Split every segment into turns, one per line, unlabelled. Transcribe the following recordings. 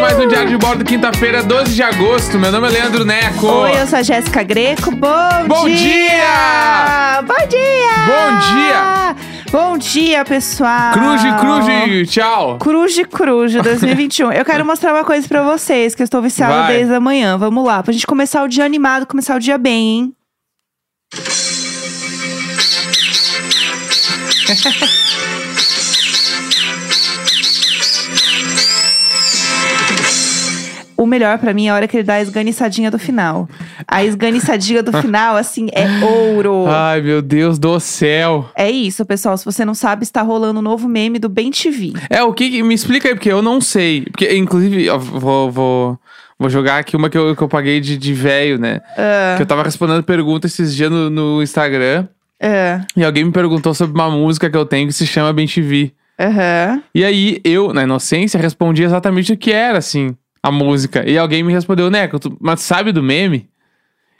mais um Diário de Bordo, quinta-feira, 12 de agosto. Meu nome é Leandro Neco.
Oi, eu sou a Jéssica Greco. Bom,
Bom
dia! Bom dia! Bom dia! Bom dia, pessoal!
Cruze, cruze,
Ah.
tchau.
Cruze, cruze, 2021. eu quero mostrar uma coisa pra vocês, que eu estou viciada
Vai.
desde a manhã. Vamos lá, pra gente começar o dia animado, começar o dia bem, hein? O melhor pra mim é a hora que ele dá a esganiçadinha do final. A esganiçadinha do final, assim, é ouro.
Ai, meu Deus do céu.
É isso, pessoal. Se você não sabe, está rolando um novo meme do Bem TV.
É, o que, que- Me explica aí, porque eu não sei. Porque, inclusive, eu vou, vou, vou jogar aqui uma que eu, que eu paguei de, de velho, né?
Ah.
Que eu tava respondendo pergunta esses dias no, no Instagram.
É,
E alguém me perguntou sobre uma música que eu tenho que se chama Bem TV.
aham.
E aí, eu, na inocência, respondi exatamente o que era, assim, a música. E alguém me respondeu, Neco, tu, mas sabe do meme?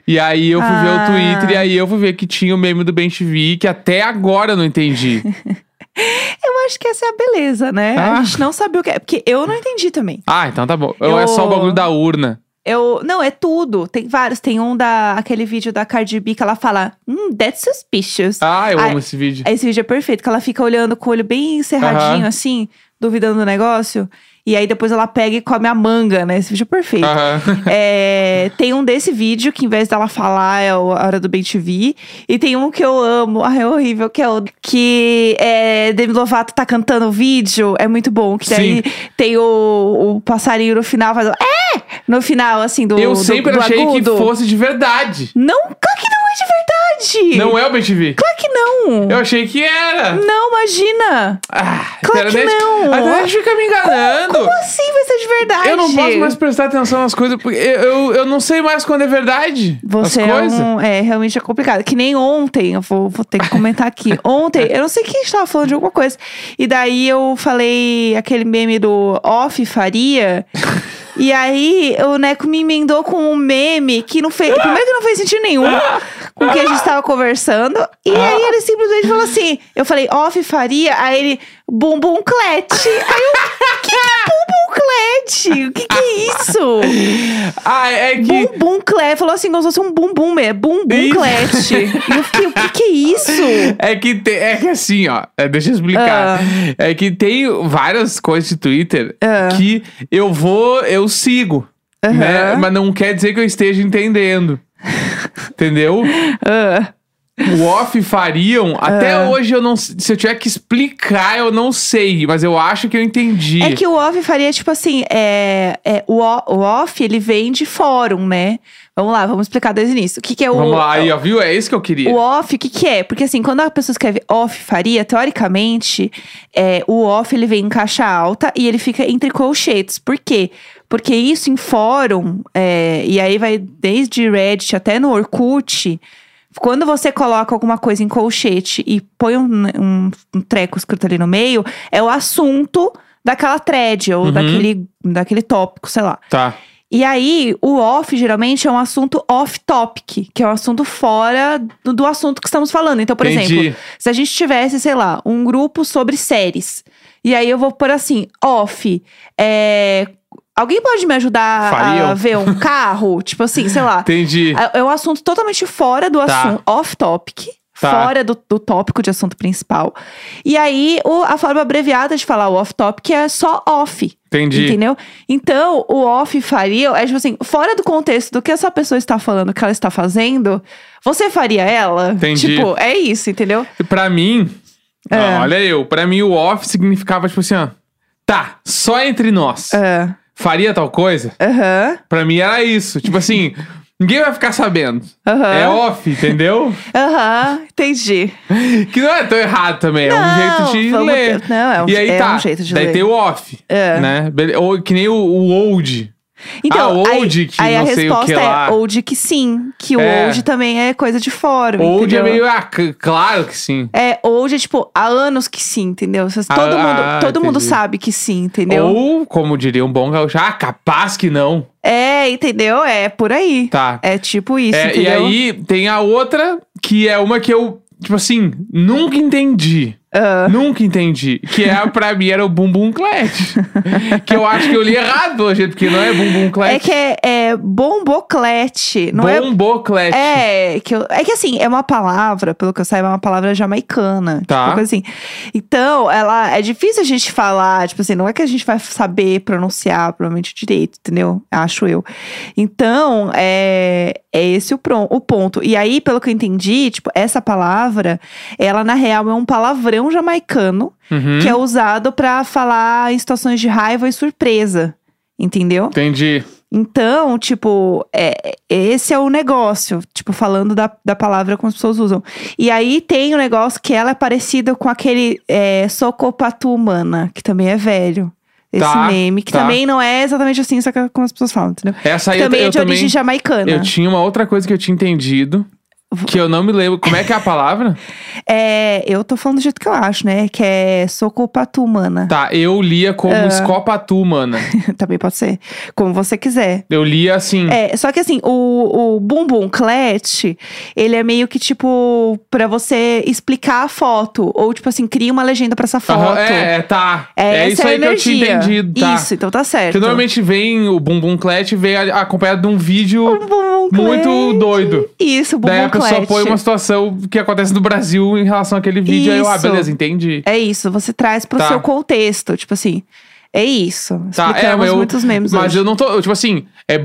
E aí eu fui
Ah.
ver o Twitter e aí eu fui ver que tinha o meme do Ben TV, que até agora eu não entendi.
Eu acho que essa é a beleza, né? A
Ah.
gente não sabe o que é. Porque eu não entendi também.
ah, então tá bom. Ou é só o bagulho da urna.
Eu. Não, é tudo. Tem vários. Tem um da. Aquele vídeo da Cardi B que ela fala. Hum, that's suspicious.
Ah, eu
Ah,
amo esse vídeo.
Esse vídeo é perfeito, que ela fica olhando com o olho bem encerradinho,
Aham.
assim, duvidando do negócio. E aí depois ela pega e come a manga, né? Esse vídeo é perfeito.
Aham.
É, tem um desse vídeo que, em vez dela falar, é o- a hora do Bem TV. E tem um que eu amo, ah, é horrível, que é o que é, Demi Lovato tá cantando o vídeo. É muito bom. Que daí tem o, o passarinho no final fazendo. É! No final, assim, do.
eu
do-
sempre
do
achei que
agudo.
fosse de verdade.
Não, claro que não é de verdade!
Não é o Ben TV.
Claro que não!
Eu achei que era.
Não, imagina!
Ah,
Claro que não.
A internet fica me enganando.
Como assim vai ser de verdade?
Eu não posso mais prestar atenção nas coisas, porque eu, eu, eu não sei mais quando é verdade.
Você
as
é
coisas.
um. É, realmente é complicado. Que nem ontem, eu vou, vou ter que comentar aqui. Ontem, eu não sei quem estava falando de alguma coisa. E daí eu falei aquele meme do off faria. E aí o Neco me emendou com um meme que não fez. Primeiro que não fez sentido nenhum com o que a gente estava conversando. E aí ele simplesmente falou assim: eu falei, off faria, aí ele, bumbum clete. Aí eu, que que é bumbum clete? O que, que é isso?
Ah, é que.
Bumbum Clé. Falou assim, como se fosse um bumbum, é bumbum
Isso.
Clete. e eu fiquei, o que que é isso?
É que, te- é que assim, ó, é, deixa eu explicar.
Ah.
É que tem várias coisas de Twitter
Ah.
que eu vou, eu sigo, né?
Aham.
Mas não quer dizer que eu esteja entendendo. Entendeu?
Ah,
O off fariam, até hoje eu não. Se eu tiver que explicar, eu não sei, mas eu acho que eu entendi.
É que o off faria, tipo assim, é, é, o, o- o off, ele vem de fórum, né? Vamos lá, vamos explicar desde o início. O que que é o...
Vamos lá, aí, ó, viu? É isso que eu queria.
O off, o que que é? Porque assim, quando a pessoa escreve off faria, teoricamente, é, o off ele vem em caixa alta e ele fica entre colchetes. Por quê? Porque isso em fórum, é, e aí vai desde Reddit até no Orkut, quando você coloca alguma coisa em colchete e põe um, um- um treco escrito ali no meio, é o assunto daquela thread ou
Uhum.
daquele, daquele tópico, sei lá.
Tá.
E aí, o off geralmente é um assunto off-topic, que é um assunto fora do, do assunto que estamos falando. Então, por
Entendi.
exemplo, se a gente tivesse, sei lá, um grupo sobre séries, e aí eu vou pôr assim, off, é, Alguém pode me ajudar a
Fariam.
ver um carro? tipo assim, sei lá.
Entendi.
É- É um assunto totalmente fora do
Tá.
assunto, off-topic.
Tá.
Fora do, do tópico de assunto principal. E aí, o- a forma abreviada de falar o off-topic é só off.
Entendi.
Entendeu? Então, o off faria é tipo assim, fora do contexto do que essa pessoa está falando, o que ela está fazendo, você faria ela?
Entendi.
Tipo, é isso, entendeu?
Pra mim,
É.
ó, olha eu, pra mim o off significava tipo assim, ó, tá, só entre nós.
Ah,
Faria tal coisa?
Aham.
Pra mim era isso. Tipo assim, ninguém vai ficar sabendo.
Aham.
É off, entendeu?
Aham, entendi.
que não é tão errado também, é um
Não,
jeito de
vamos
ler.
ter- não, é um-
e aí
é
tá,
um jeito de
daí
ler. É.
tem o off, né? Bele- Ou que nem o, o old.
Então,
Ah,
aí-
old que
aí, a
não sei o que
resposta é
lá.
old que sim, que o
É.
old também é coisa de fórum.
Old
entendeu?
é meio, ah, c- claro que sim.
É, old é tipo, há anos que sim, entendeu? Vocês-
Ah,
Todo, mundo,
ah,
todo mundo
entendi.
sabe que sim, entendeu?
Ou, como diria um bom gaúcho, ah, capaz que não.
É, entendeu? É por aí.
Tá.
É tipo isso,
É, e
entendeu?
aí tem a outra que é uma que eu, tipo assim, nunca entendi.
Ah.
Nunca entendi. Que é, pra mim era o Bumbum Clet. que eu acho que eu li errado hoje, porque não é Bumbum Clet.
É que é, é bomboclete. Não é.
Bomboclete.
É que, eu- é que assim, é uma palavra, pelo que eu saiba, é uma palavra jamaicana. tipo,
Tá.
uma coisa assim. Então, ela é difícil a gente falar, tipo assim, não é que a gente vai saber pronunciar provavelmente direito, entendeu? Acho eu. Então, é, é esse o, pron- o ponto. E aí, pelo que eu entendi, tipo, essa palavra, ela na real é um palavrão jamaicano
Uhum.
que é usado pra falar em situações de raiva e surpresa. Entendeu?
Entendi.
Então, tipo, é, esse é o negócio, tipo, falando da, da palavra como as pessoas usam. E aí tem o negócio que ela é parecida com aquele é, Socopatu Humana, que também é velho. Esse
Tá,
meme, que
tá.
também não é exatamente assim, só que é como as pessoas falam, entendeu?
Essa aí eu-
também
eu,
é de origem
também.
jamaicana.
Eu tinha uma outra coisa que eu tinha entendido. Que eu não me lembro. Como é que é a palavra?
É, eu tô falando do jeito que eu acho, né? Que é Socopatu Humana.
Tá, eu lia como
Ah.
escopatu, mana.
também pode ser. Como você quiser.
Eu lia assim.
É, só que assim, o, o bumbum clet, ele é meio que tipo pra você explicar a foto ou tipo assim, cria uma legenda pra essa
Aham,
foto.
é, é, tá.
É, essa
isso
é a
aí que eu
energia.
tinha entendido, tá.
Isso, então tá certo.
Porque normalmente vem o Bumbum Clat e vem a- acompanhado de um vídeo
Um bumbum
muito
clet.
doido.
Isso, bumbum
Daí a
clet.
pessoa põe uma situação que acontece no Brasil em relação àquele vídeo. Aí eu, ah,
Isso.
beleza, entendi.
É isso, você traz pro
Tá.
seu contexto, tipo assim. É isso.
Tá, é,
Explicamos
mas eu-
muitos memes
Mas
hoje. É
eu não tô. eu, Tipo assim, é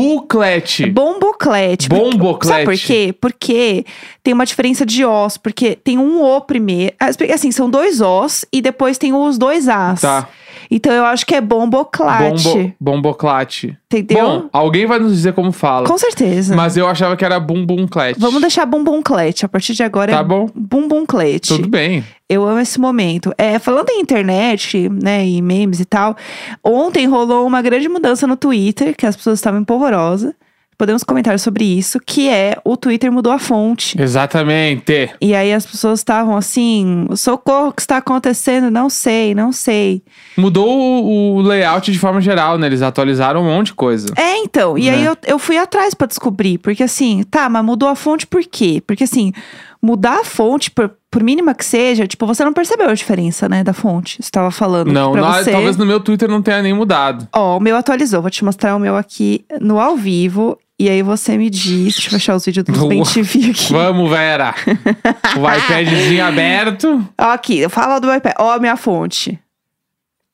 Bumbuclete.
Bomboclete. Porque-
Bomboclete.
Sabe por quê? Porque tem uma diferença de os, porque tem um O primeiro. as- Assim, são dois Os e depois tem os dois As.
Tá.
Então eu acho que é bomboclate.
Bombo, bomboclate.
Entendeu?
Bom, alguém vai nos dizer como fala.
Com certeza.
Mas eu achava que era Bumbuclete.
Vamos deixar bombomclete. A partir de agora
Tá
é
bom.
bombomclete.
Tudo bem.
Eu amo esse momento. É, falando em internet, né, e memes e tal, ontem rolou uma grande mudança no Twitter, que as pessoas estavam em polvorosa. Podemos comentar sobre isso, que é o Twitter mudou a fonte.
Exatamente.
E aí as pessoas estavam assim, socorro, o que está acontecendo? Não sei, não sei.
Mudou o, o layout de forma geral, né? Eles atualizaram um monte de coisa.
É, então. E aí
Né?
eu, eu fui atrás pra descobrir, porque assim, tá, mas mudou a fonte por quê? Porque assim, mudar a fonte, por, por mínima que seja, tipo, você não percebeu a diferença, né, da fonte. Você tava falando
Não,
pra
na-
você.
talvez no meu Twitter não tenha nem mudado.
Ó, o meu atualizou, vou te mostrar o meu aqui no ao vivo. E aí você me diz, deixa eu achar os vídeos do
Boa.
Ben TV aqui.
Vamos, Vera! o iPadzinho aberto.
Ó, aqui, fala do iPad. Ó, a minha fonte.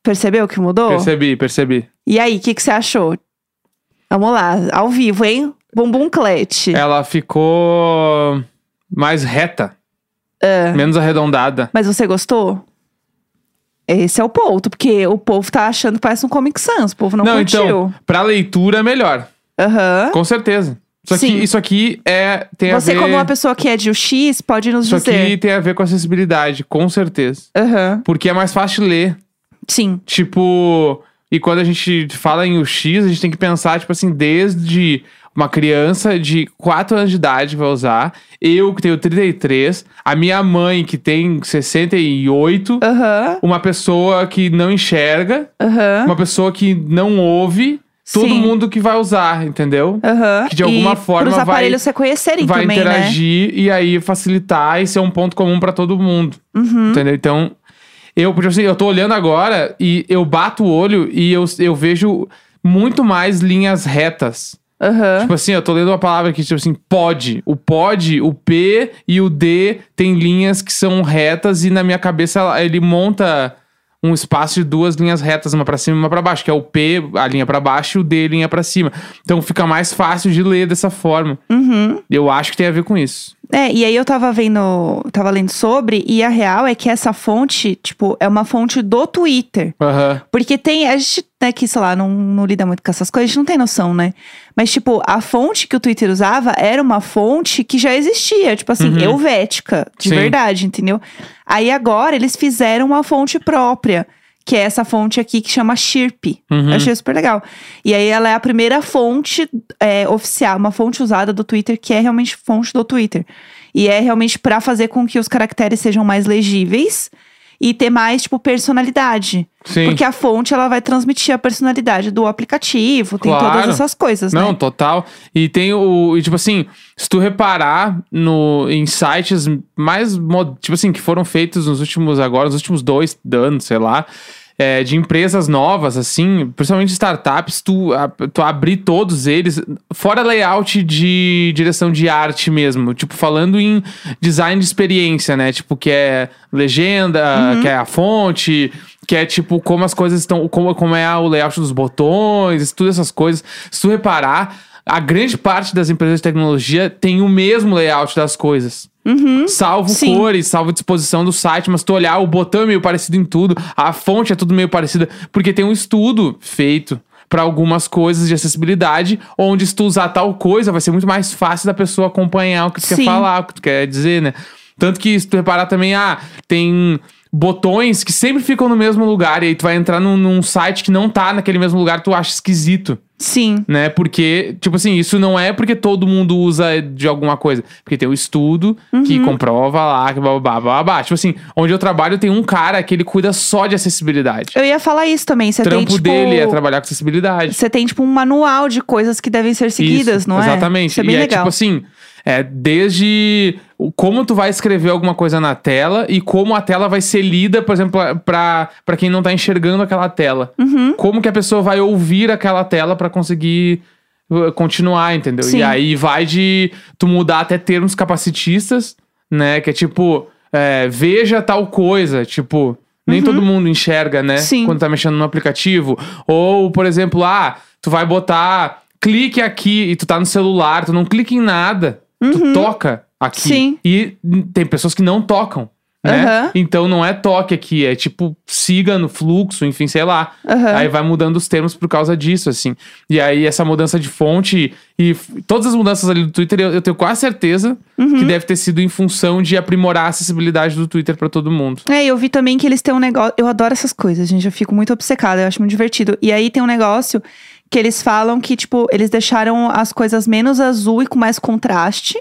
Percebeu que mudou?
Percebi, percebi.
E aí, o que, que você achou? Vamos lá, ao vivo, hein? Bumbum Clete.
Ela ficou mais reta.
É.
Menos arredondada.
Mas você gostou? Esse é o ponto, porque o povo tá achando que parece um Comic Sans. O povo não, curtiu.
então, pra leitura, melhor.
Aham.
Com certeza. Só que
Sim.
isso aqui é, tem a
Você,
ver...
como uma pessoa que é de UX, pode nos
Isso aqui
dizer.
tem a ver com acessibilidade, com certeza.
Aham.
Porque é mais fácil ler.
Sim.
Tipo, e quando a gente fala em UX, a gente tem que pensar, tipo assim, desde uma criança de 4 anos de idade vai usar, eu que tenho 33, a minha mãe que tem 68,
Aham.
uma pessoa que não enxerga,
Aham.
uma pessoa que não ouve, todo
Sim.
mundo que vai usar, entendeu?
Aham.
que de alguma
e
forma
Os
vai-
aparelhos se reconhecerem
vai
também, né?
interagir e aí facilitar e ser um ponto comum pra todo mundo.
Uhum.
Entendeu? Então, eu, tipo assim, eu tô olhando agora e eu bato o olho e eu, eu vejo muito mais linhas retas.
Aham.
Tipo assim, eu tô lendo uma palavra que, tipo assim, pode. O pode, o P e o D tem linhas que são retas e na minha cabeça ela- ele monta um espaço de duas linhas retas, uma pra cima e uma pra baixo, que é o P, a linha pra baixo, e o D, a linha pra cima. Então fica mais fácil de ler dessa forma.
Uhum.
Eu acho que tem a ver com isso.
É, e aí eu tava vendo, tava lendo sobre, e a real é que essa fonte, tipo, é uma fonte do Twitter.
Aham.
Porque tem, a gente, né, que, sei lá, não, não lida muito com essas coisas, a gente não tem noção, né? Mas, tipo, a fonte que o Twitter usava era uma fonte que já existia, tipo assim,
Uhum.
helvética, de
Sim.
verdade, entendeu? Aí agora eles fizeram uma fonte própria, que é essa fonte aqui que chama Shirp.
Uhum.
Achei super legal. E aí ela é a primeira fonte é, oficial, uma fonte usada do Twitter, que é realmente fonte do Twitter. E é realmente pra fazer com que os caracteres sejam mais legíveis e ter mais, tipo, personalidade.
Sim.
Porque a fonte, ela vai transmitir a personalidade do aplicativo, tem
Claro.
todas essas coisas,
Não,
né?
total. E tem o. E, tipo assim, se tu reparar no, em sites mais. mo- Tipo assim, que foram feitos nos últimos. Agora, nos últimos dois anos, sei lá. é, de empresas novas, assim, principalmente startups, tu, a- tu abrir todos eles, fora layout de direção de arte mesmo, tipo, falando em design de experiência, né? Tipo, que é legenda, que é a fonte, que é tipo como as coisas estão, como, como é a- o layout dos botões, todas essas coisas. Se tu reparar, a grande parte das empresas de tecnologia tem o mesmo layout das coisas.
Uhum.
Salvo
Sim.
cores, salvo disposição do site, mas tu olhar, o botão é meio parecido em tudo, a fonte é tudo meio parecida, porque tem um estudo feito para algumas coisas de acessibilidade, onde se tu usar tal coisa, vai ser muito mais fácil da pessoa acompanhar o que tu quer
Sim.
falar, o que tu quer dizer, né? Tanto que se tu reparar também, ah, tem botões que sempre ficam no mesmo lugar, e aí tu vai entrar num, num site que não tá naquele mesmo lugar, tu acha esquisito
Sim.
né? Porque, tipo assim, isso não é porque todo mundo usa de alguma coisa. Porque tem o estudo que
Uhum.
comprova lá, que blá, blá, blá, blá, blá. Tipo assim, onde eu trabalho tem um cara que ele cuida só de acessibilidade.
Eu ia falar isso também. Você
o
tem,
trampo
tipo,
dele é trabalhar com acessibilidade.
Você tem, tipo, um manual de coisas que devem ser seguidas,
Isso,
não é?
Exatamente.
Isso é bem
e é
legal.
tipo assim, é desde o- como tu vai escrever alguma coisa na tela e como a tela vai ser lida, por exemplo, pra pra quem não tá enxergando aquela tela.
Uhum.
Como que a pessoa vai ouvir aquela tela pra conseguir uh, continuar, entendeu?
Sim.
E aí vai de tu mudar até termos capacitistas, né? Que é tipo, é, veja tal coisa, tipo.
Uhum.
Nem todo mundo enxerga, né?
Sim.
Quando tá mexendo no aplicativo. Ou, por exemplo, ah, tu vai botar clique aqui e tu tá no celular, tu não clica em nada, tu toca aqui.
Uhum. Sim.
E hum, tem pessoas que não tocam, né?
Aham.
Então não é toque aqui, é tipo siga no fluxo, enfim, sei lá.
Aham.
Aí vai mudando os termos por causa disso, assim. E aí essa mudança de fonte e f- todas as mudanças ali do Twitter, eu, eu tenho quase certeza
Uhum.
que deve ter sido em função de aprimorar a acessibilidade do Twitter pra todo mundo.
É, eu vi também que eles têm um negócio. Eu adoro essas coisas, gente. Eu fico muito obcecada, eu acho muito divertido. E aí tem um negócio que eles falam que, tipo, eles deixaram as coisas menos azul e com mais contraste.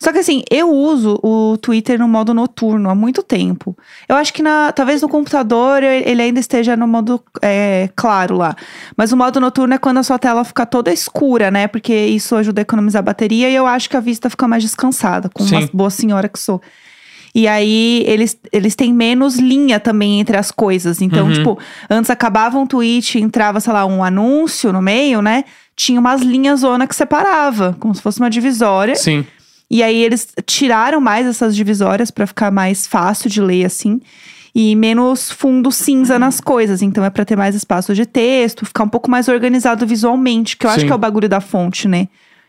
Só que assim, eu uso o Twitter no modo noturno há muito tempo. Eu acho que na, talvez no computador eu- ele ainda esteja no modo é, claro lá. Mas o modo noturno é quando a sua tela fica toda escura, né? Porque isso ajuda a economizar bateria e eu acho que a vista fica mais descansada, como uma
Sim.
boa senhora que sou. E aí eles, eles têm menos linha também entre as coisas. Então,
Uhum.
tipo, antes acabava um tweet, entrava, sei lá, um anúncio no meio, né? Tinha umas linhas zona que separava, como se fosse uma divisória.
Sim.
E aí eles tiraram mais essas divisórias pra ficar mais fácil de ler assim. E menos fundo cinza nas coisas. Então é pra ter mais espaço de texto, ficar um pouco mais organizado visualmente, que eu acho
Sim.
que é o bagulho da fonte, né?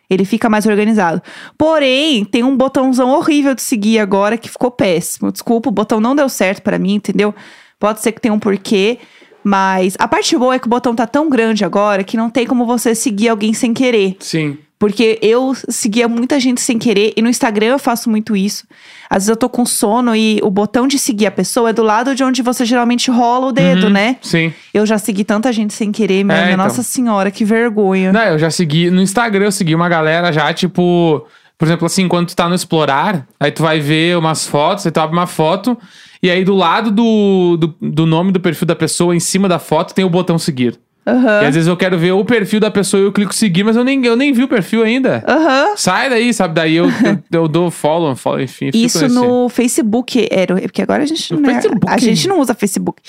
Ele fica mais organizado. Porém, tem um botãozão horrível de seguir agora que ficou péssimo. Desculpa, o botão não deu certo pra mim, entendeu? Pode ser que tenha um porquê, mas a parte boa é que o botão tá tão grande agora que não tem como você seguir alguém sem querer.
Sim.
Porque eu seguia muita gente sem querer e no Instagram eu faço muito isso. Às vezes eu tô com sono e o botão de seguir a pessoa é do lado de onde você geralmente rola o dedo,
Uhum,
né?
Sim.
Eu já segui tanta gente sem querer, minha,
É,
minha
então.
nossa senhora, que vergonha.
Não, eu já segui. No Instagram eu segui uma galera já, tipo. Por exemplo, assim, quando tu tá no Explorar, aí tu vai ver umas fotos, aí tu abre uma foto, e aí do lado do, do, do nome do perfil da pessoa, em cima da foto, tem o botão seguir.
Aham.
E às vezes eu quero ver o perfil da pessoa e eu clico seguir, mas eu nem, eu nem vi o perfil ainda.
Aham.
Sai daí, sabe? Daí eu, eu, eu dou follow, follow, enfim. fico
Isso
nesse-
no Facebook era, é porque agora a gente
No
não
Facebook.
a gente não usa Facebook.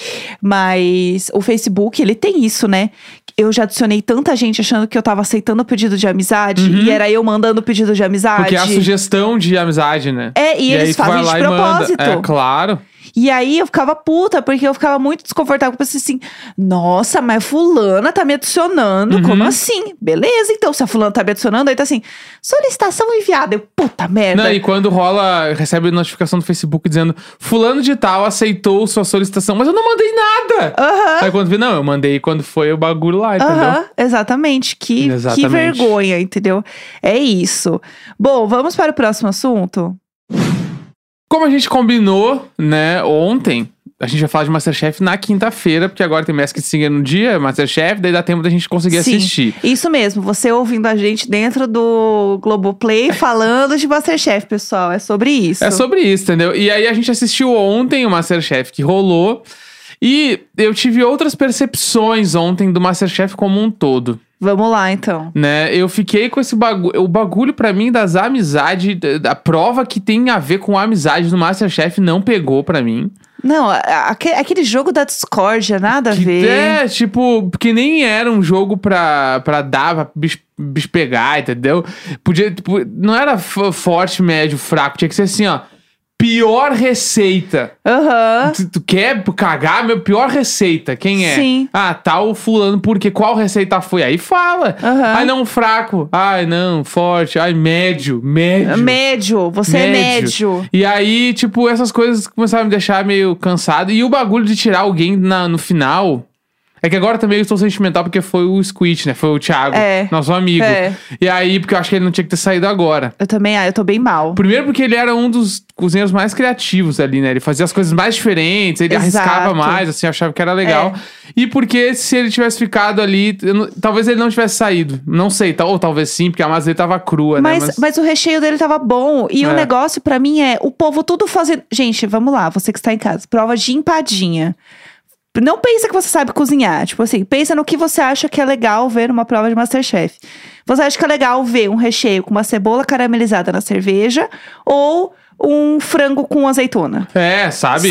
Mas o Facebook, ele tem isso, né? Eu já adicionei tanta gente achando que eu tava aceitando o pedido de amizade e era eu mandando o pedido de amizade.
Uhum. Porque é a sugestão de amizade, né?
É,
aí
e, eles
tu vai
fazem
lá
de
e manda.
propósito.
É, claro.
E aí eu ficava puta, porque eu ficava muito desconfortável. Eu pensei assim, nossa, mas fulana tá me adicionando,
Uhum.
como assim? Beleza, então, se a fulana tá me adicionando, aí tá assim, solicitação enviada. Eu, puta merda.
Não, e quando rola, recebe notificação do Facebook dizendo fulano de tal aceitou sua solicitação, mas eu não mandei nada.
Aham.
Aí quando vi, não, eu mandei quando foi o bagulho lá, Tá, entendeu?
Aham, exatamente. Que, que
Exatamente.
vergonha, entendeu? É isso. Bom, vamos para o próximo assunto?
Como a gente combinou, né, ontem, A gente vai falar de Masterchef na quinta-feira, porque agora tem Masked Singer no dia, Masterchef, daí dá tempo da gente conseguir
Sim.
assistir.
Isso mesmo, você ouvindo a gente dentro do Globoplay falando de Masterchef, pessoal. É sobre isso.
É sobre isso, entendeu? E aí a gente assistiu ontem o Masterchef que rolou. E eu tive outras percepções ontem do Masterchef como um todo.
Vamos lá, então.
né? Eu fiquei com esse bagulho. O bagulho pra mim das amizades, da- da prova que tem a ver com a amizade no Masterchef não pegou pra mim.
Não, a- a- aque- aquele jogo da discórdia, nada a
Que,
ver.
é, tipo, que nem era um jogo pra, pra dar, pra bis, bis pegar, entendeu? Podia, tipo, não era f- forte, médio, fraco. Tinha que ser assim, ó. Pior receita.
Aham.
Tu, tu quer cagar? Meu pior receita. Quem é?
Sim.
Ah, tal fulano, porque qual receita foi? Aí fala.
Aham.
Ai, não, fraco. Ai, não, forte. Ai, médio, médio.
Médio, você
Médio.
é médio.
E aí, tipo, essas coisas começaram a me deixar meio cansado. E o bagulho de tirar alguém na- no final. É que agora também eu estou sentimental porque foi o Squid, né? Foi o Thiago,
É.
nosso amigo.
É.
E aí, porque eu acho que ele não tinha que ter saído agora.
Eu também, ah, eu tô bem mal.
Primeiro porque ele era um dos cozinheiros mais criativos ali, né? Ele fazia as coisas mais diferentes, ele
Exato. É.
arriscava mais, assim, achava que era legal. E porque se ele tivesse ficado ali, eu não- talvez ele não tivesse saído. Não sei, tal- ou talvez sim, porque a massa dele tava crua,
Mas,
né?
mas... o recheio dele tava bom. E
É.
o negócio pra mim é o povo tudo fazendo. Gente, vamos lá, você que está em casa. Prova de empadinha. Não pensa que você sabe cozinhar. Tipo assim, pensa no que você acha que é legal ver numa prova de Masterchef. Você acha que é legal ver um recheio com uma cebola caramelizada na cerveja ou um frango com azeitona?
É, sabe?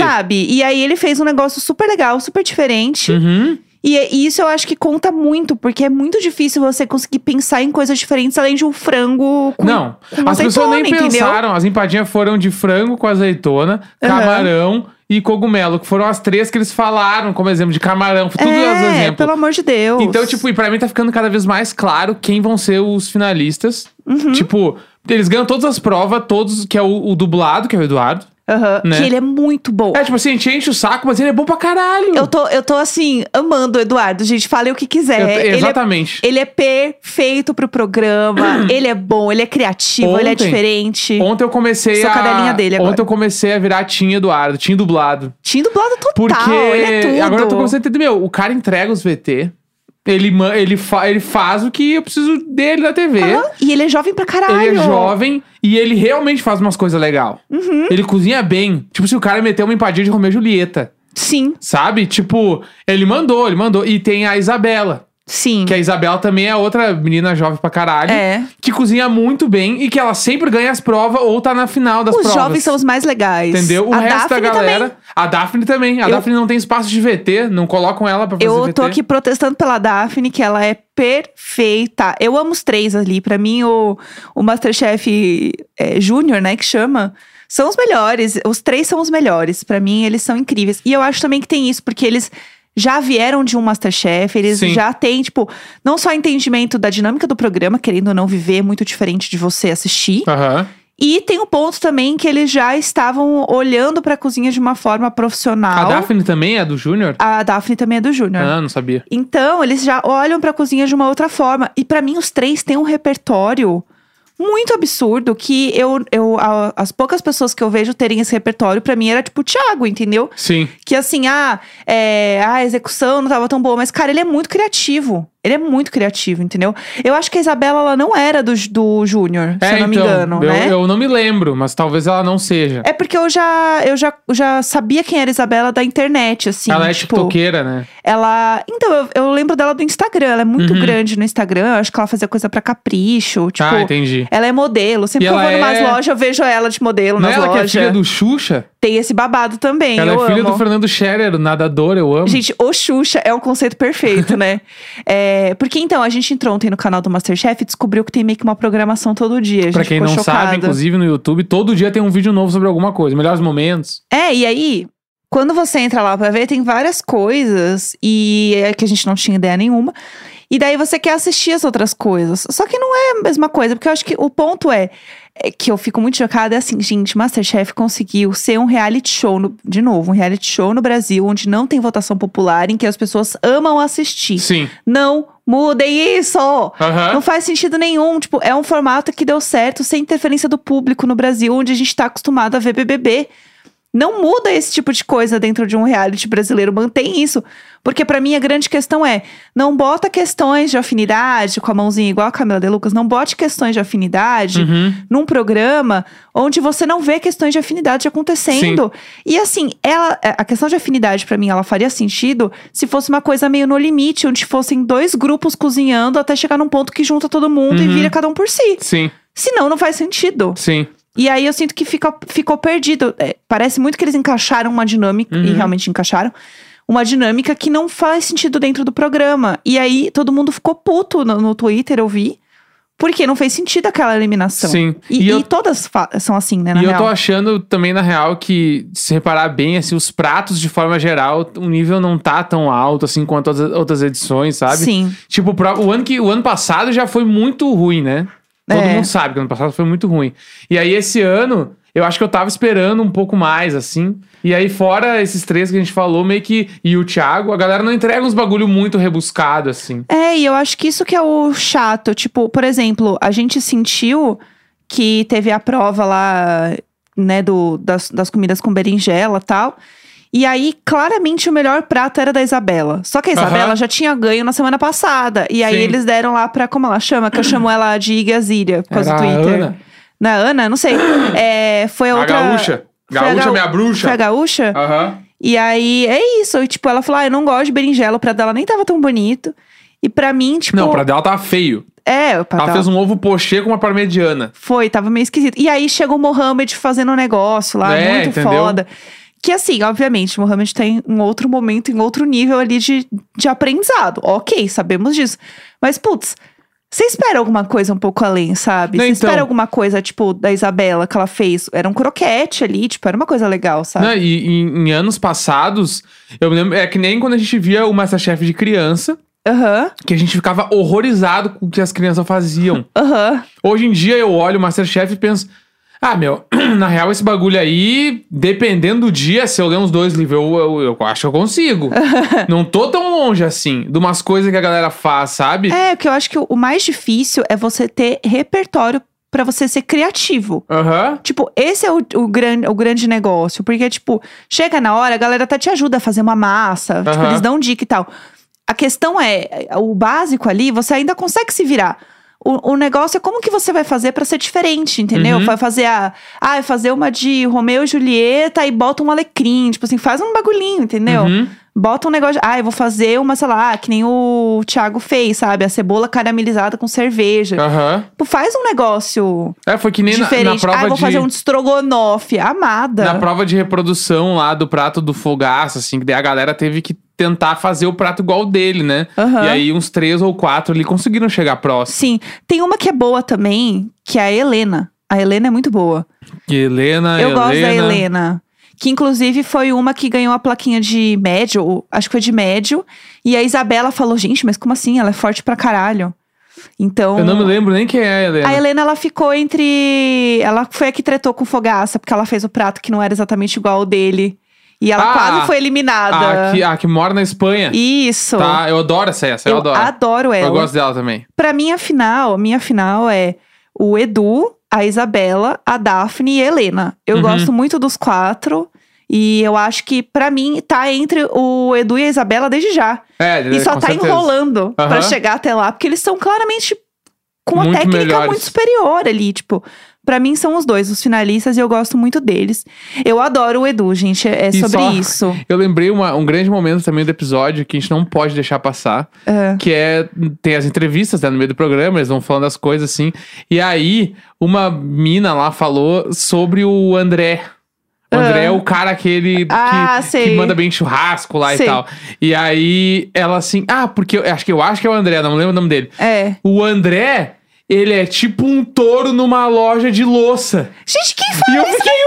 E aí ele fez um negócio super legal, super diferente.
Uhum.
E, é- e isso eu acho que conta muito, porque é muito difícil você conseguir pensar em coisas diferentes além de um frango com
Não,
com
as pessoas
azeitona,
nem
entendeu?
pensaram. As empadinhas foram de frango com azeitona,
Aham.
camarão e cogumelo, que foram as três que eles falaram como exemplo de camarão. Tudo as
é,
exemplos.
pelo amor de Deus.
Então, tipo, e pra mim tá ficando cada vez mais claro quem vão ser os finalistas.
Uhum.
Tipo, eles ganham todas as provas, todos, que é o, o dublado, que é o Eduardo.
Aham,
né?
que ele é muito bom.
É, tipo assim, a gente enche o saco, mas ele é bom pra caralho.
Eu, tô, eu tô, assim, amando o Eduardo, gente. Falei o que quiser.
Eu-
ele, é,
exatamente.
ele é perfeito pro programa. ele é bom, ele é criativo, ele é
Ontem-
diferente.
Ontem eu comecei
Sou
a.
cadelinha dele agora.
Ontem eu comecei a virar Tim Eduardo, Tim dublado.
Tinha dublado total,
Porque
ele é tudo.
agora eu tô começando a entender, meu, o cara entrega os VT, ele, ma- ele, fa- ele faz o que eu preciso dele na TV.
Aham, E ele é jovem pra caralho.
Ele é jovem e ele realmente faz umas coisas legais.
Uhum.
Ele cozinha bem. Tipo, se o cara meteu uma empadinha de Romeu e Julieta,
Sim,
sabe? Tipo, ele mandou, ele mandou. E tem a Isabela,
sim.
que a Isabela também é outra menina jovem pra caralho.
É.
Que cozinha muito bem e que ela sempre ganha as provas ou tá na final das
Os
provas.
jovens são os mais legais.
Entendeu? O
a
resto
Daphne
da galera.
Também.
A Daphne também. A
Eu-
Daphne não tem espaço de VT, não colocam ela pra fazer
Eu tô
VT.
aqui protestando pela Daphne, que ela é perfeita. Eu amo os três ali. Pra mim, o, o Masterchef é, Júnior, né, que chama, são os melhores. Os três são os melhores. Pra mim, eles são incríveis. E eu acho também que tem isso, porque eles já vieram de um Masterchef, eles
Sim.
já têm, tipo, não só entendimento da dinâmica do programa, querendo ou não viver, é muito diferente de você assistir.
Aham.
E tem o ponto também que eles já estavam olhando pra cozinha de uma forma
A
profissional.
Daphne também é do Júnior?
A Daphne também é do Júnior.
Ah, não sabia.
Então, eles já olham pra cozinha de uma outra forma. E pra mim, os três têm um repertório muito absurdo que eu, eu a- as poucas pessoas que eu vejo terem esse repertório, pra mim era tipo o Thiago, entendeu?
Sim.
Que assim, ah, é, ah, a execução não tava tão boa, mas cara, ele é muito criativo. Ele é muito criativo, entendeu? Eu acho que a Isabela, ela não era do, do Júnior, se eu não me
então,
engano,
É, eu,
né?
eu não me lembro, mas talvez ela não seja.
É porque eu já, eu já, já sabia quem era a Isabela da internet, assim.
ela é
tipo,
tiktokeira, né?
Ela. Então, eu, eu lembro dela do Instagram. Ela é muito grande no Instagram. Eu acho que ela fazia coisa pra capricho. Tipo,
Uhum. ah, entendi.
ela é modelo. Sempre
E
que eu
ela
vou numas
é-
lojas, eu vejo ela de modelo
Não é
nas
ela
lojas.
que é filha do Xuxa?
Tem esse babado também.
ela
eu
é filha
amo.
do Fernando Scherer, o nadador, eu amo.
Gente, o Xuxa é um conceito perfeito, né? É, porque então, a gente entrou ontem no canal do Masterchef e descobriu que tem meio que uma programação todo dia. A gente
pra quem não
ficou
sabe,
chocada.
inclusive no YouTube, todo dia tem um vídeo novo sobre alguma coisa. Melhores momentos.
É, e aí, quando você entra lá pra ver, tem várias coisas e é que a gente não tinha ideia nenhuma. E daí você quer assistir as outras coisas. Só que não é a mesma coisa, porque eu acho que o ponto é, é que eu fico muito chocada é assim, gente, MasterChef conseguiu ser um reality show no- de novo, um reality show no Brasil onde não tem votação popular, em que as pessoas amam assistir.
Sim.
Não mudem isso.
Aham.
Não faz sentido nenhum. Tipo, é um formato que deu certo sem interferência do público no Brasil, onde a gente tá acostumado a ver BBB. Não muda esse tipo de coisa dentro de um reality brasileiro, mantém isso. Porque pra mim a grande questão é, não bota questões de afinidade com a mãozinha igual a Camila De Lucas, não bote questões de afinidade
Uhum.
num programa onde você não vê questões de afinidade acontecendo. E assim, ela, a questão de afinidade, pra mim, ela faria sentido se fosse uma coisa meio no limite, onde fossem dois grupos cozinhando até chegar num ponto que junta todo mundo e
Uhum.
vira cada um por si.
Sim,
Senão, não faz sentido.
sim.
E aí eu sinto que fica, ficou perdido. É, parece muito que eles encaixaram uma dinâmica, e
Uhum.
realmente encaixaram, uma dinâmica que não faz sentido dentro do programa. E aí todo mundo ficou puto no, no Twitter, eu vi. Porque não fez sentido aquela eliminação.
Sim.
E,
E eu-
e todas fa- são assim, né? Na
e eu
real.
tô achando também, na real, que se reparar bem, assim, os pratos, de forma geral, o nível não tá tão alto, assim, quanto as outras edições, sabe?
Sim.
Tipo, o pró- o ano, que, o ano passado já foi muito ruim, né? Todo
É.
mundo sabe que o ano passado foi muito ruim. E aí, esse ano, eu acho que eu tava esperando um pouco mais, assim. E aí, fora esses três que a gente falou, meio que. E o Thiago, a galera não entrega uns bagulho muito rebuscado, assim.
É, e eu acho que isso que é o chato. Tipo, por exemplo, a gente sentiu que teve a prova lá, né, do, das, das comidas com berinjela e tal. E aí, claramente, o melhor prato era da Isabela. Só que a Isabela
Aham.
já tinha ganho na semana passada. E aí
Sim.
eles deram lá pra, como ela chama? Que eu chamo ela de Igazília, por causa
Era
do
a
Twitter.
Ana.
Na Ana? Não sei. É, foi a
A
outra...
gaúcha.
foi a
Gaúcha,
gaú-
minha
Foi a
bruxa.
gaúcha?
Aham.
E aí, é isso. E, tipo, ela falou, ah, eu não gosto de berinjela. O prato dela nem tava tão bonito. E pra mim, tipo...
Não, pra dela tava feio.
É, o prato
Ela
dela
fez um ovo pochê com uma parmegiana.
foi, tava meio esquisito. E aí chegou o Mohamed fazendo um negócio lá,
É,
muito
entendeu?
foda. Que assim, obviamente, o Mohamed tá em um outro momento, em outro nível ali de, de aprendizado. Ok, sabemos disso. Mas, putz, você espera alguma coisa um pouco além, sabe?
Não,
Você
então.
espera alguma coisa, tipo, da Isabela que ela fez. Era um croquete ali, tipo, era uma coisa legal, sabe?
Não, Né, e e em anos passados, eu me lembro. É que nem quando a gente via o Masterchef de criança,
Aham,
que a gente ficava horrorizado com o que as crianças faziam.
aham.
Hoje em dia eu olho o Masterchef e penso. Ah, meu, na real, esse bagulho aí, dependendo do dia, se eu ler uns dois livros, eu, eu- eu acho que eu consigo. Não tô tão longe assim de umas coisas que a galera faz, sabe?
É, porque eu acho que o o mais difícil é você ter repertório pra você ser criativo.
Aham.
Tipo, esse é o, o, grande, o grande negócio. Porque, tipo, chega na hora, a galera até te ajuda a fazer uma massa. Tipo,
Aham.
eles dão dica e tal. A questão é, é, o básico ali, você ainda consegue se virar. O, o negócio é como que você vai fazer pra ser diferente, entendeu?
Uhum.
Vai fazer a. Ah, vai fazer uma de Romeu e Julieta e bota um alecrim. Tipo assim, faz um bagulhinho, entendeu?
Uhum.
Bota um negócio. Ah, eu vou fazer uma, sei lá, que nem o Thiago fez, sabe? A cebola caramelizada com cerveja.
Aham.
Tipo, faz um negócio
É, foi que nem Ah. na, na
diferente.
prova
ah, eu vou
de.
fazer um de estrogonofe. Amada.
Na prova de reprodução lá do prato do fogaço, assim, que daí a galera teve que tentar fazer o prato igual o dele, né?
Aham.
E aí uns três ou quatro ali conseguiram chegar próximo.
Sim. Tem uma que é boa também, que é a Helena. A Helena é muito boa.
Helena,
eu
Helena.
gosto da Helena. Que inclusive foi uma que ganhou a plaquinha de médio, ou- acho que foi de médio. E a Isabela falou: gente, mas como assim? Ela é forte pra caralho. Então.
Eu não me lembro nem quem é a Helena.
A Helena, ela ficou entre. Ela foi a que tretou com fogaça, porque ela fez o prato que não era exatamente igual ao dele. E ela
Ah,
quase foi eliminada.
Ah, que, ah, que mora na Espanha.
Isso.
Tá, eu adoro essa, essa eu, adoro.
ela.
Eu gosto dela também.
Pra mim, a final, minha final é o Edu, a Isabela, a Daphne e a Helena. Eu
Uhum.
gosto muito dos quatro. E eu acho que, pra mim, tá entre o Edu e a Isabela desde já.
É,
E só
com
tá
certeza.
enrolando pra
Aham.
chegar até lá. Porque eles são claramente com uma
Muito
técnica
melhores.
muito superior ali. Tipo, pra mim são os dois, os finalistas, e eu gosto muito deles. Eu adoro o Edu, gente. É, é
E
sobre
só-
isso.
Eu lembrei uma- um grande momento também do episódio que a gente não pode deixar passar.
É.
Que é. Tem as entrevistas, né? No meio do programa, eles vão falando as coisas assim. E aí, uma mina lá falou sobre o André. O André
Ah.
é o cara que ele. que-
Ah, sei.
que manda bem churrasco lá
Sei.
e tal. E aí, ela assim. Ah, porque eu acho que eu acho que é o André, não lembro o nome dele.
É.
O André, ele é tipo um touro numa loja de louça.
Gente, quem
E eu
fala isso?
fiquei.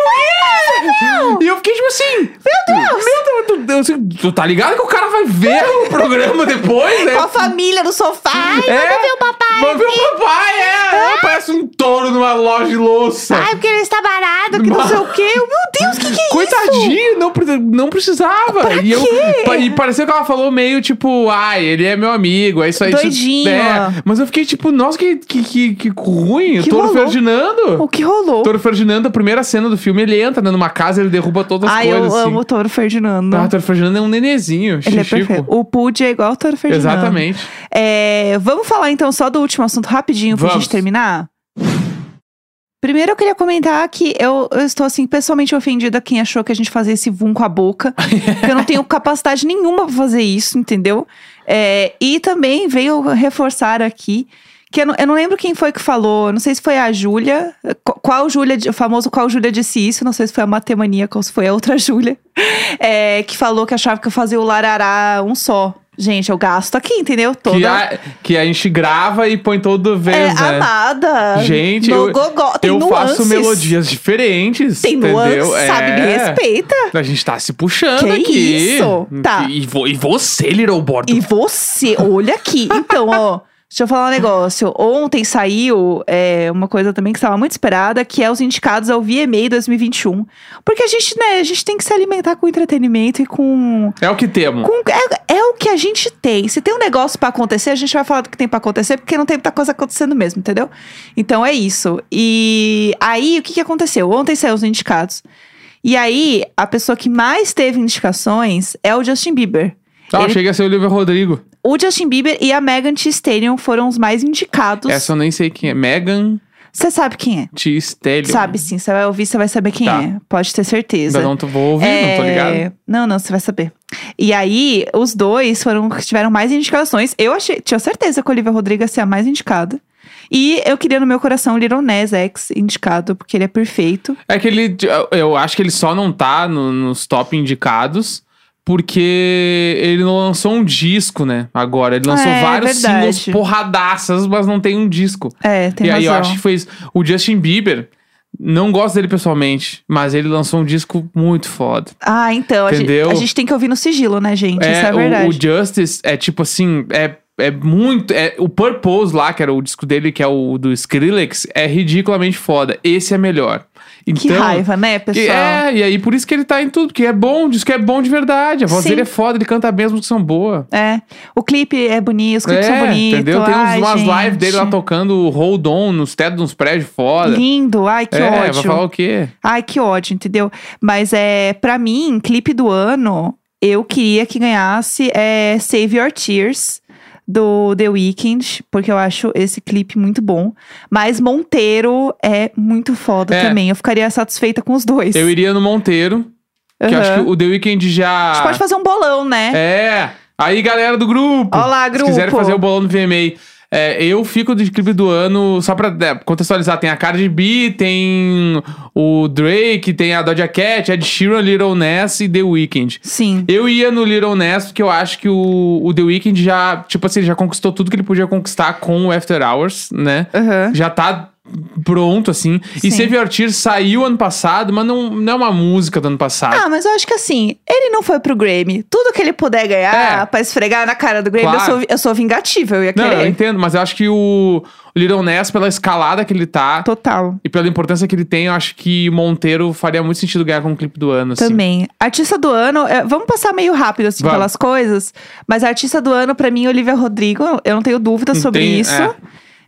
E eu fiquei tipo assim. Meu Deus! Meu Deus! tu- tu- Tu tá ligado que o cara vai ver o programa depois, né?
Com a família no sofá. Ai,
É, vamos ver o papai! Vamos ver o papai, é! ela parece um touro numa loja de louça.
Ai, porque ele está barato, que não sei o quê. Eu, Meu Deus, o que, que é isso?
Coitadinho, não, pre- não precisava. e, eu,
quê?
pa- e pareceu que ela falou meio tipo, ai, ele é meu amigo, é isso aí. isso-
Doidinho,
é.
ó.
Mas eu fiquei tipo, nossa, que, que, que, que ruim.
Que
Toro
rolou?
Ferdinando.
O que rolou?
Toro Ferdinando, a primeira cena do filme, ele entra né, numa casa, ele derruba todas as
Ai, eu
coisas. assim.
amo o Toro Ferdinando.
Ah, o Toro Ferdinando é um nenezinho,
Ele é
Chico.
perfeito. O Pud é igual o Toro Ferdinando.
Exatamente.
É, vamos falar então só do último assunto rapidinho pra
Vamos.
gente terminar? Primeiro eu queria comentar que eu, eu estou assim pessoalmente ofendida quem achou que a gente fazia esse vum com a boca. que eu não tenho capacidade nenhuma pra fazer isso, entendeu? É, e também veio reforçar aqui que eu não, eu não lembro quem foi que falou, não sei se foi a Júlia, qu- qual Júlia, di- o famoso qual Júlia disse isso, não sei se foi a matemaníaca ou se foi a outra Júlia, é, que falou que achava que eu fazia o larará um só. Gente, eu gasto aqui, entendeu? Toda
Que, a, que a gente grava e põe todo vez,
é,
né?
amada.
Gente,
no
eu-
gogó, tem
Eu
nuances.
faço melodias diferentes.
Tem
entendeu?
nuances, sabe? Me
É.
respeita.
A gente tá se puxando
Que
aqui.
isso? Tá.
E, vo- e você, Little Bordo?
E você, olha aqui. Então, ó, deixa eu falar um negócio. Ontem saiu é, uma coisa também que estava muito esperada, que é os indicados ao VMA 2021. Porque a gente, né, a gente tem que se alimentar com entretenimento e com.
É o que temos.
com- é, é o que a gente tem. Se tem um negócio pra acontecer, a gente vai falar do que tem pra acontecer, porque não tem muita coisa acontecendo mesmo, entendeu? Então é isso. E aí, o que, que aconteceu? Ontem saiu os indicados. E aí, a pessoa que mais teve indicações é o Justin Bieber.
Ah,
ele-
chega a ser o Olivia Rodrigo.
O Justin Bieber e a Megan Thee Stallion foram os mais indicados.
Essa eu nem sei quem é. Megan
Você sabe quem é?
T. Stallion.
Sabe sim, você vai ouvir, você vai saber quem
Tá.
é. Pode ter certeza.
Ainda não tô, vou ouvir, não
É,
tô ligado.
Não, não, você vai saber. E aí, os dois foram os que tiveram mais indicações. Eu achei, tinha certeza que a Olivia Rodrigo ia ser a mais indicada. E eu queria no meu coração o Little Nas X indicado, porque ele é perfeito.
É que ele... Eu acho que ele só não tá no- nos top indicados... Porque ele não lançou um disco, né? Agora. Ele lançou
É,
vários
verdade.
singles porradaças, mas não tem um disco.
É, tem
e
razão.
aí eu acho que foi isso. O Justin Bieber, não gosto dele pessoalmente, mas ele lançou um disco muito foda.
Ah, então, a gente,
Entendeu?
a gente tem que ouvir no sigilo, né, gente? Isso é a
o-
verdade.
o, Justice é tipo assim, é, é muito. É, o Purpose lá, que era o disco dele, que é o do Skrillex, é ridiculamente foda. Esse é melhor. Então,
que raiva, né, pessoal?
e- é, e aí por isso que ele tá em tudo, que é bom, o disco é bom de verdade. A voz
Sim.
dele é foda, ele canta bem, as músicas são boas.
É. O clipe é bonito, os clipes
é,
são bonitos.
entendeu? Tem uns-
Ai,
umas
gente.
lives dele lá tocando Hold On nos tetos de uns prédios foda.
Lindo, ai, que
é,
ódio.
vai falar o quê?
Ai, que ódio, entendeu? Mas é, pra mim, clipe do ano, eu queria que ganhasse é, Save Your Tears. Do The Weeknd, porque eu acho esse clipe muito bom. Mas Monteiro é muito foda
É.
também. Eu ficaria satisfeita com os dois.
Eu iria no Monteiro, que eu acho que
Aham.
o The Weeknd já.
A gente pode fazer um bolão, né?
É! Aí, galera do grupo!
Olha lá,
Se
grupo.
quiserem fazer o bolão no VMA. É, eu fico do clipe do ano, só pra é, contextualizar, tem a Cardi B, tem o Drake, tem a Doja Cat, Ed Sheeran, Little Ness e The Weeknd.
Sim.
Eu ia no Little Ness porque eu acho que o, o The Weeknd já, tipo assim, já conquistou tudo que ele podia conquistar com o After Hours, né?
Aham.
Já tá pronto, assim.
Sim.
E Save Your Tears saiu ano passado, mas não, não é uma música do ano passado.
Ah, mas eu acho que assim, ele não foi pro Grammy. Tudo que ele puder ganhar
É.
pra esfregar na cara do Grammy,
Claro.
eu, sou, eu sou vingativa, eu ia
Não, eu
querer.
entendo, mas eu acho que o Little Ness, pela escalada que ele tá
Total.
e pela importância que ele tem, eu acho que Monteiro faria muito sentido ganhar como clipe do ano, assim.
Também. Artista do ano, é, vamos passar meio rápido assim
Vamos.
pelas coisas, mas artista do ano pra mim Olivia Rodrigo, eu não tenho dúvida
Não
sobre
tem-
isso.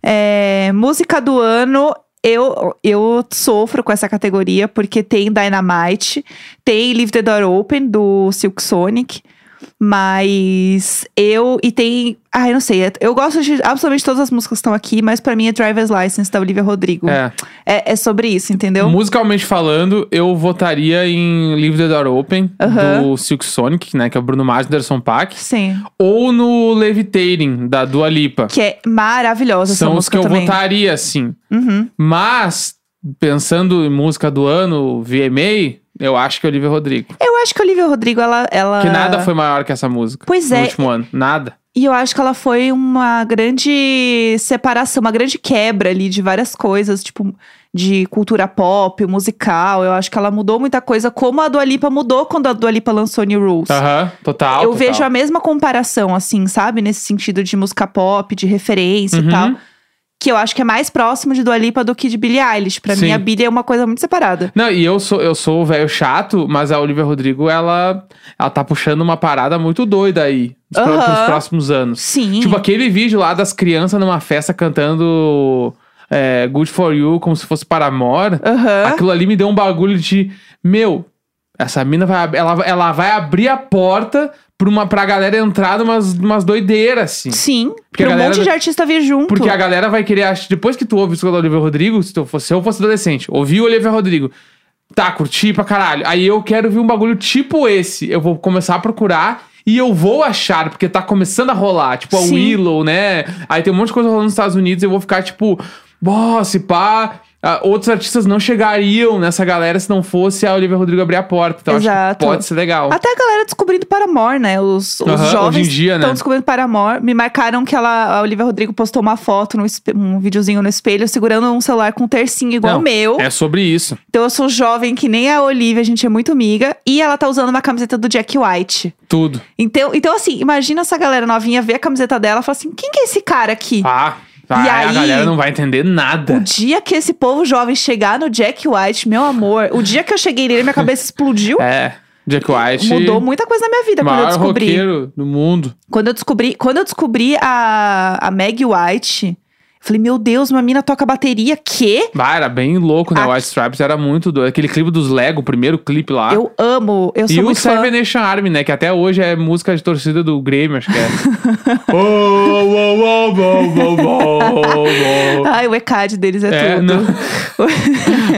É, música do ano, eu eu sofro com essa categoria porque tem Dynamite, tem Leave the Door Open do Silk Sonic, mas eu e tem, ai, eu não sei, eu gosto de absolutamente todas as músicas que estão aqui, mas pra mim é Driver's License da Olivia Rodrigo.
É.
É, é sobre isso, entendeu?
Musicalmente falando, eu votaria em Leave the Door Open,
Aham.
do Silk Sonic, né? Que é o Bruno Mars e Anderson Paak.
Sim.
Ou no Levitating, da Dua Lipa.
Que é maravilhosa essa
São os que
música
eu
também.
votaria, assim.
Uhum.
Mas, pensando em música do ano, VMA, eu acho que é Olivia Rodrigo.
Eu acho que a Olivia Rodrigo, ela, ela.
Porque nada foi maior que essa música.
Ah. Pois
no
é.
último ano. Nada.
E eu acho que ela foi uma grande separação, uma grande quebra ali de várias coisas, tipo, de cultura pop, musical. Eu acho que ela mudou muita coisa, como a Dua Lipa mudou quando a Dua Lipa lançou New Rules.
Aham, total.
eu
total.
vejo a mesma comparação, assim, sabe? Nesse sentido de música pop, de referência
Uhum.
e tal. que eu acho que é mais próximo de Dua Lipa do que de Billie Eilish. Pra
Sim.
mim, a Billie é uma coisa muito separada.
Não, e eu sou, eu sou o velho chato, mas a Olivia Rodrigo, ela, ela tá puxando uma parada muito doida aí pros pro-
Aham.
pros próximos anos.
Sim.
Tipo aquele vídeo lá das crianças numa festa cantando é, Good For You como se fosse Paramore.
Aham.
Aquilo ali me deu um bagulho de... Meu, essa mina vai... ab- Ela, ela vai abrir a porta pra, uma, pra galera entrar numas, numas doideiras, assim.
Sim.
Porque
pra
a
um
galera-
monte de artista vir junto.
Porque a galera vai querer. ach- Depois que tu ouve o disco da Olivia Rodrigo, se, tu fosse, se eu fosse adolescente, ouvi o Olivia Rodrigo. Tá, curti pra caralho. Aí eu quero ver um bagulho tipo esse. Eu vou começar a procurar e eu vou achar, porque tá começando a rolar. Tipo a
Sim.
Willow, né? Aí tem um monte de coisa rolando nos Estados Unidos e eu vou ficar tipo, "Bó, se pá. ah, Outros artistas não chegariam nessa galera se não fosse a Olivia Rodrigo abrir a porta. Então acho que
Exato. Ah, tá
pode ser legal.
Até a galera descobrindo Paramore, né? Os, os
Aham, hoje em
jovens
dia, né?
estão descobrindo Paramore. Me marcaram que ela, a Olivia Rodrigo postou uma foto, no espe- um videozinho no espelho, segurando um celular com um tercinho igual
Não,
o meu.
É sobre isso.
Então eu sou jovem que nem a Olivia, a gente é muito amiga. E ela tá usando uma camiseta do Jack White.
Tudo.
Então, então assim, imagina essa galera novinha ver a camiseta dela e falar assim: quem que é esse cara aqui?
Ah,
E
a
aí-
galera não vai entender nada.
O dia que esse povo jovem chegar no Jack White, meu amor, o dia que eu cheguei nele, minha cabeça explodiu.
É. Jack White.
Mudou muita coisa na minha vida quando eu
maior
descobri.
roqueiro do mundo.
Quando eu descobri, quando eu descobri a, a Meg White, eu falei, meu Deus, uma mina toca bateria, quê?
Bah, era bem louco, né?
Ah.
White Stripes era muito doido. Aquele clipe dos Lego, o primeiro clipe lá.
Eu amo, eu
Ah.
sou
e o
muito fã.
Seven Nation Army, né? Que até hoje é música de torcida do Grêmio, acho que é. oh, oh, oh, oh, oh, oh, oh, oh.
Ai, o ECAD deles é,
É,
tudo.
não.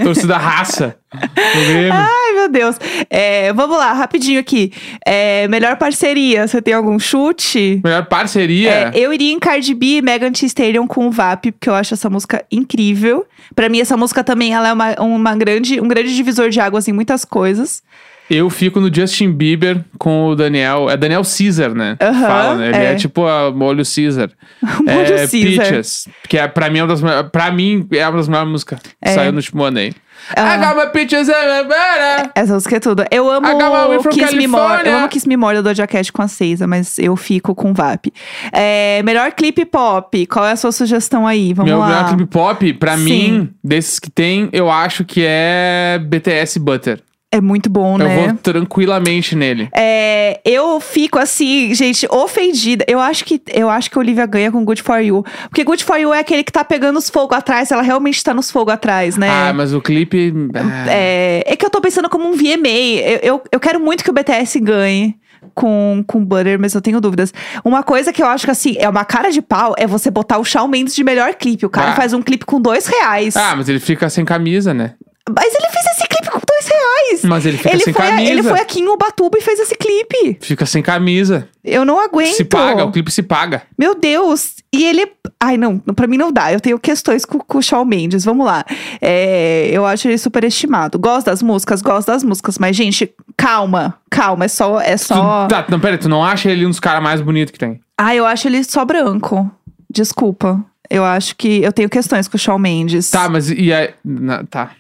Torcida raça do Grêmio.
Ai, meu Deus. É, vamos lá, rapidinho aqui. É, melhor parceria, você tem algum chute?
Melhor parceria.
É, eu iria em Cardi B e Megan Thee Stallion com o VAP, porque eu acho essa música incrível. Pra mim, essa música também ela é uma, uma grande, um grande divisor de águas em muitas coisas.
Eu fico no Justin Bieber com o Daniel. É Daniel Caesar, né?
Aham,
Fala, né? Ele é,
é.
tipo a Molho Caesar.
Molho
é,
Caesar.
Peaches, que é, pra mim é uma das melhores. Pra mim, é uma das melhores músicas. que Saiu no último ano aí.
Ah.
I got my peaches and my butter.
Essa música é tudo. Eu amo
I got my way from
Kiss Me More.
California.
Eu amo Kiss Me More da Doja Cat com a Seiza, mas eu fico com VAP. É, melhor clipe pop. Qual é a sua sugestão aí? Vamos
Meu melhor
lá.
clipe pop, pra
Sim.
mim, desses que tem, eu acho que é BTS Butter.
É muito bom,
Eu
né?
vou tranquilamente nele.
É, eu fico assim, gente, ofendida. Eu acho que eu acho que a Olivia ganha com Good For You. Porque Good For You é aquele que tá pegando os fogos atrás, ela realmente tá nos fogos atrás, né?
Ah, mas o clipe. ah,
é, é que eu tô pensando como um VMA. Eu, eu, eu quero muito que o BTS ganhe. Com, com Butter, mas eu tenho dúvidas. Uma coisa que eu acho que, assim, é uma cara de pau é você botar o Shawn Mendes de melhor clipe. O cara
Ah.
faz um clipe com dois reais.
Ah, mas ele fica sem camisa, né?
Mas ele fez esse clipe com dois reais.
Mas ele fica
Ele
sem
foi, a-
camisa.
ele foi aqui em Ubatuba e fez esse clipe.
Fica sem camisa.
Eu não aguento.
Se paga, o clipe se paga.
Meu Deus! E ele é. Ai, não, pra mim não dá. Eu tenho questões com, com o Shawn Mendes. Vamos lá. É, eu acho ele superestimado. Gosto das músicas, gosto das músicas, mas, gente, calma, calma. É só. É
Tu-
só...
Tá, não, pera, tu não acha ele um dos caras mais bonitos que tem?
Ah, eu acho ele só branco. Desculpa. Eu acho que eu tenho questões com o Shawn Mendes.
Tá, mas e aí. na- tá.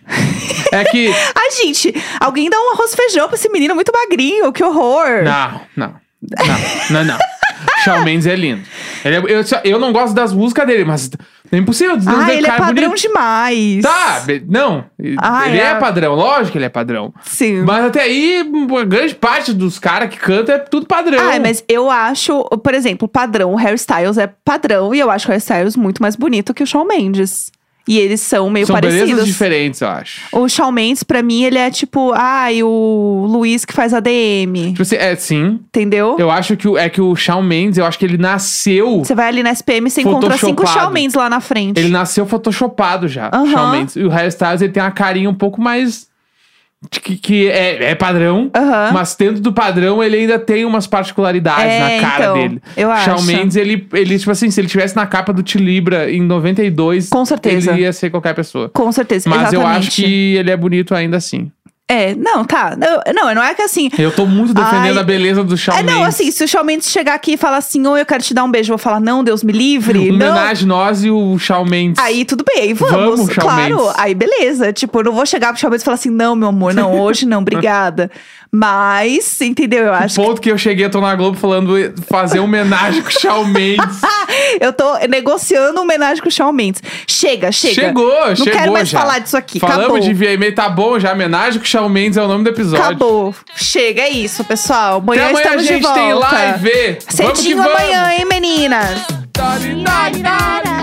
É que.
Ai, gente, alguém dá um arroz e feijão pra esse menino muito magrinho, que horror.
Não, não. Não, não, não. Shawn Mendes é lindo. Ele é- eu, só- eu não gosto das músicas dele, mas é impossível. Deus
Ah,
dele,
ele é
cara
padrão
bonito.
demais.
Tá, be- não.
Ah,
ele é.
é.
padrão, lógico que ele é padrão.
Sim.
Mas até aí, uma grande parte dos caras que cantam é tudo padrão.
Ah, mas eu acho, por exemplo, padrão, o Harry Styles é padrão e eu acho o Harry Styles muito mais bonito que o Shawn Mendes. E eles são é meio
São belezas
parecidos.
diferentes, eu acho.
O Shawn Mendes, pra mim, ele é tipo, ai, o Luiz que faz ADM,
Tipo assim, é, sim.
entendeu?
Eu acho que o, é que o Shawn Mendes, eu acho que ele nasceu.
Você vai ali na SPM e você encontra cinco
Photoshopado.
Shawn Mendes lá na frente.
Ele nasceu photoshopado já,
Aham.
Shawn Mendes. E o Harry Styles, ele tem uma carinha um pouco mais... de Que, que é, é padrão,
Aham.
mas dentro do padrão ele ainda tem umas particularidades
É,
na cara
então,
dele.
eu
Shawn
acho.
Mendes, ele, ele, tipo assim, se ele tivesse na capa do Te Libra em 92...
Com certeza.
Ele ia ser qualquer pessoa.
Com certeza,
Mas
exatamente.
eu acho que ele é bonito ainda assim.
É, não, tá. Não, não, não é que assim...
Eu tô muito defendendo
Ai.
a beleza do Shawn
É, não,
Mendes.
assim, se o Shawn Mendes chegar aqui e falar assim, ou eu quero te dar um beijo, eu vou falar, não, Deus me livre.
Um
não,
homenagem nós e o Shawn Mendes.
Aí tudo bem, vamos,
Vamos, Shawn
claro.
Mendes.
Aí beleza, tipo, eu não vou chegar pro Shawn Mendes e falar assim, não, meu amor, não, hoje não, obrigada. Mas, entendeu? Eu
O
acho que
ponto que eu cheguei, eu tô na Globo falando fazer homenagem com o Shawn Mendes.
ah, Eu tô negociando homenagem com o Shawn Mendes. Chega, chega.
Chegou,
Não
chegou
quero mais
já.
falar disso aqui.
Falamos
Acabou.
de VMA, tá bom já. Homenagem que o Shawn Mendes é o nome do episódio.
Acabou. Chega, é isso, pessoal.
Até
Amanhã,
amanhã a
estamos de
gente
volta.
tem live. Vamos que
Cedinho
vamos.
amanhã, hein, meninas?
Dori, dori, dori.